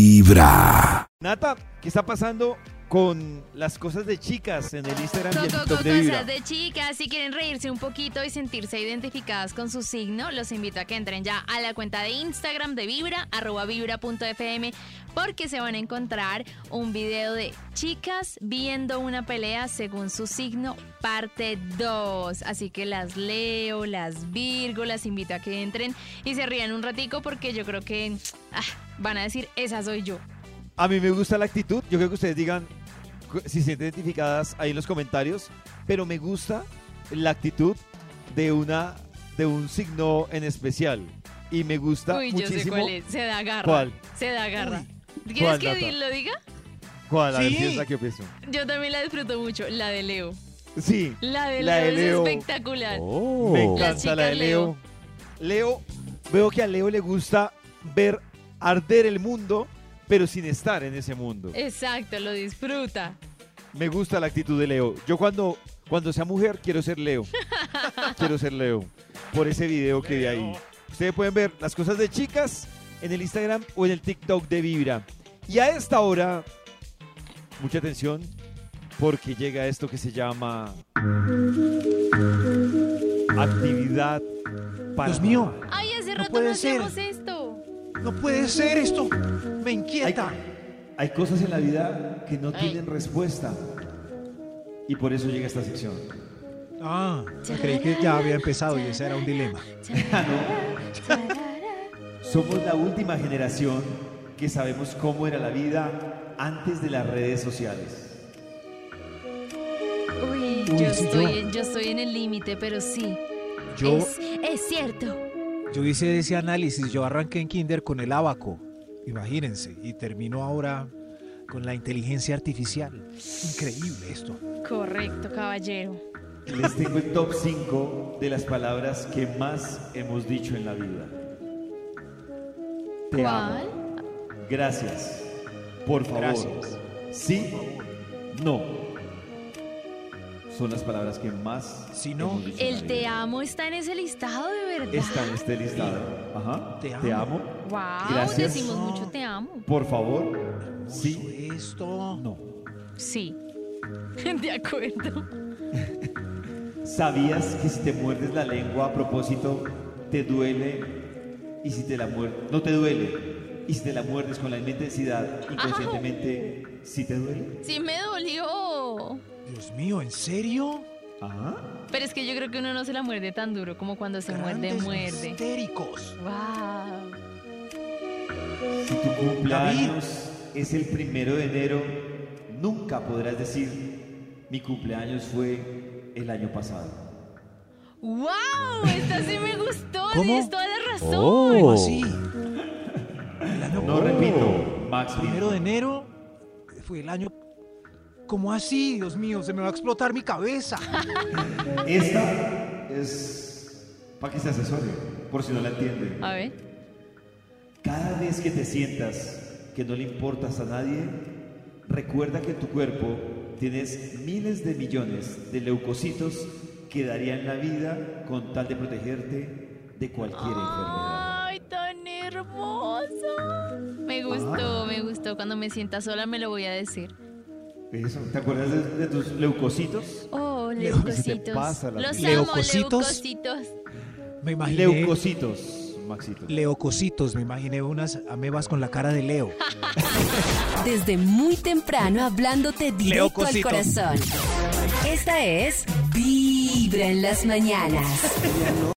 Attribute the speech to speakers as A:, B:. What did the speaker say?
A: Vibra.
B: Nata, ¿qué está pasando con las cosas de chicas en el Instagram y
C: Con
B: el
C: con-
B: TikTok
C: con
B: de Vibra?
C: cosas de chicas, si quieren reírse un poquito y sentirse identificadas con su signo, los invito a que entren ya a la cuenta de Instagram de Vibra, arroba vibra.fm, porque se van a encontrar un video de chicas viendo una pelea según su signo, parte 2. Así que las leo, las virgo, las invito a que entren y se rían un ratico porque yo creo que ah, van a decir, esa soy yo.
B: A mí me gusta la actitud. Yo creo que ustedes digan cu- si se sienten identificadas ahí en los comentarios. Pero me gusta la actitud de una de un signo en especial. Y me gusta
C: Uy, yo sé
B: muchísimo.
C: cuál es, se da garra.
B: ¿Cuál?
C: Se da garra.
B: ¿cuál,
C: ¿Quieres que
B: Nata?
C: di- lo diga?
B: ¿Cuál? A ver
D: Sí.
B: si es la que pienso.
C: Yo también la disfruto mucho, la de Leo.
B: Sí.
C: La de,
B: La de
C: Leo,
B: Leo.
C: es espectacular.
D: Oh.
B: Oh. Me
C: Las
B: encanta
C: chicas
B: la de Leo. Leo, veo que a Leo le gusta ver arder el mundo, pero sin estar en ese mundo.
C: Exacto, lo disfruta.
B: Me gusta la actitud de Leo. Yo cuando, cuando sea mujer quiero ser Leo. quiero ser Leo. Por ese video que vi ahí. Ustedes pueden ver las cosas de chicas en el Instagram o en el TikTok de Vibra. Y a esta hora, mucha atención, porque llega esto que se llama actividad para
D: Dios mío.
C: Ay, hace
D: No
C: rato no,
D: puede ser.
C: hacemos esto.
D: No puede ser esto. Me inquieta.
B: Hay cosas en la vida que no
C: Ay.
B: tienen respuesta. Y por eso llega esta sección.
D: Ah, creí que ya había empezado y ese era un dilema.
B: Somos la última generación que sabemos cómo era la vida antes de las redes sociales.
C: Uy,
D: Uy,
C: yo,
D: sí,
C: estoy,
D: yo.
C: yo estoy en el límite, pero sí.
D: Yo,
C: Es, es cierto.
D: yo hice ese análisis, yo arranqué en kinder con el abaco, imagínense, y termino ahora con la inteligencia artificial. Increíble esto.
C: Correcto, caballero.
B: Les tengo el top 5 de las palabras que más hemos dicho en la vida. Te amo.
C: ¿Cuál?
B: Gracias. Por favor.
D: Gracias.
B: Sí. No. Son las palabras que más
D: Si no,
B: hemos dicho en la
C: El te
B: vida.
C: amo está en ese listado de verdad.
B: Está en este listado. Ajá.
D: Te
B: Te
D: amo.
B: amo.
C: Wow,
B: Gracias.
C: decimos mucho te amo.
B: Por favor. Sí.
D: Esto.
B: No.
C: Sí. De acuerdo.
B: ¿Sabías que si te muerdes la lengua a propósito, te duele? Y si te la muerdes, no te duele. Y si te la muerdes con la intensidad, inconscientemente, ¿sí te duele?
C: Sí me dolió.
D: Dios mío, ¿en serio?
B: Ajá.
C: Pero es que yo creo que uno no se la muerde tan duro como cuando se muerde,
D: Grandes
C: muerde.
D: Histéricos.
C: Wow.
B: Si tu cumpleaños es el primero de enero, nunca podrás decir, mi cumpleaños fue el año pasado.
C: ¡Wow! Esta sí me gustó,
D: ¿Cómo?
C: tienes toda la razón.
D: ¿Cómo así?
B: Oh.
D: Oh.
B: No repito, Max.
D: Primero de enero fue el año. ¿Cómo así? Dios mío, se me va a explotar mi cabeza.
B: Esta es para que se asesore, por si no la entiende.
C: A ver.
B: Cada vez que te sientas que no le importas a nadie, recuerda que en tu cuerpo tienes miles de millones de leucocitos que darían la vida con tal de protegerte de cualquier enfermedad.
C: ¡Ay, tan hermosa! Me gustó,
B: Ah.
C: me gustó. Cuando me sienta sola me lo voy a decir.
B: Eso, ¿Te acuerdas de, de tus leucocitos?
C: Oh,
B: se te
C: leucocitos.
B: pasa la
C: Los
D: vida.
C: amo,
D: ¿Leucocitos?
C: leucocitos.
D: Me imaginé.
B: Leucocitos, Maxito.
D: Leococitos, me imaginé unas amebas con la cara de Leo.
E: Desde muy temprano hablándote
D: Leo
E: directo al
D: cosito.
E: corazón. Esta es Vibra en las mañanas.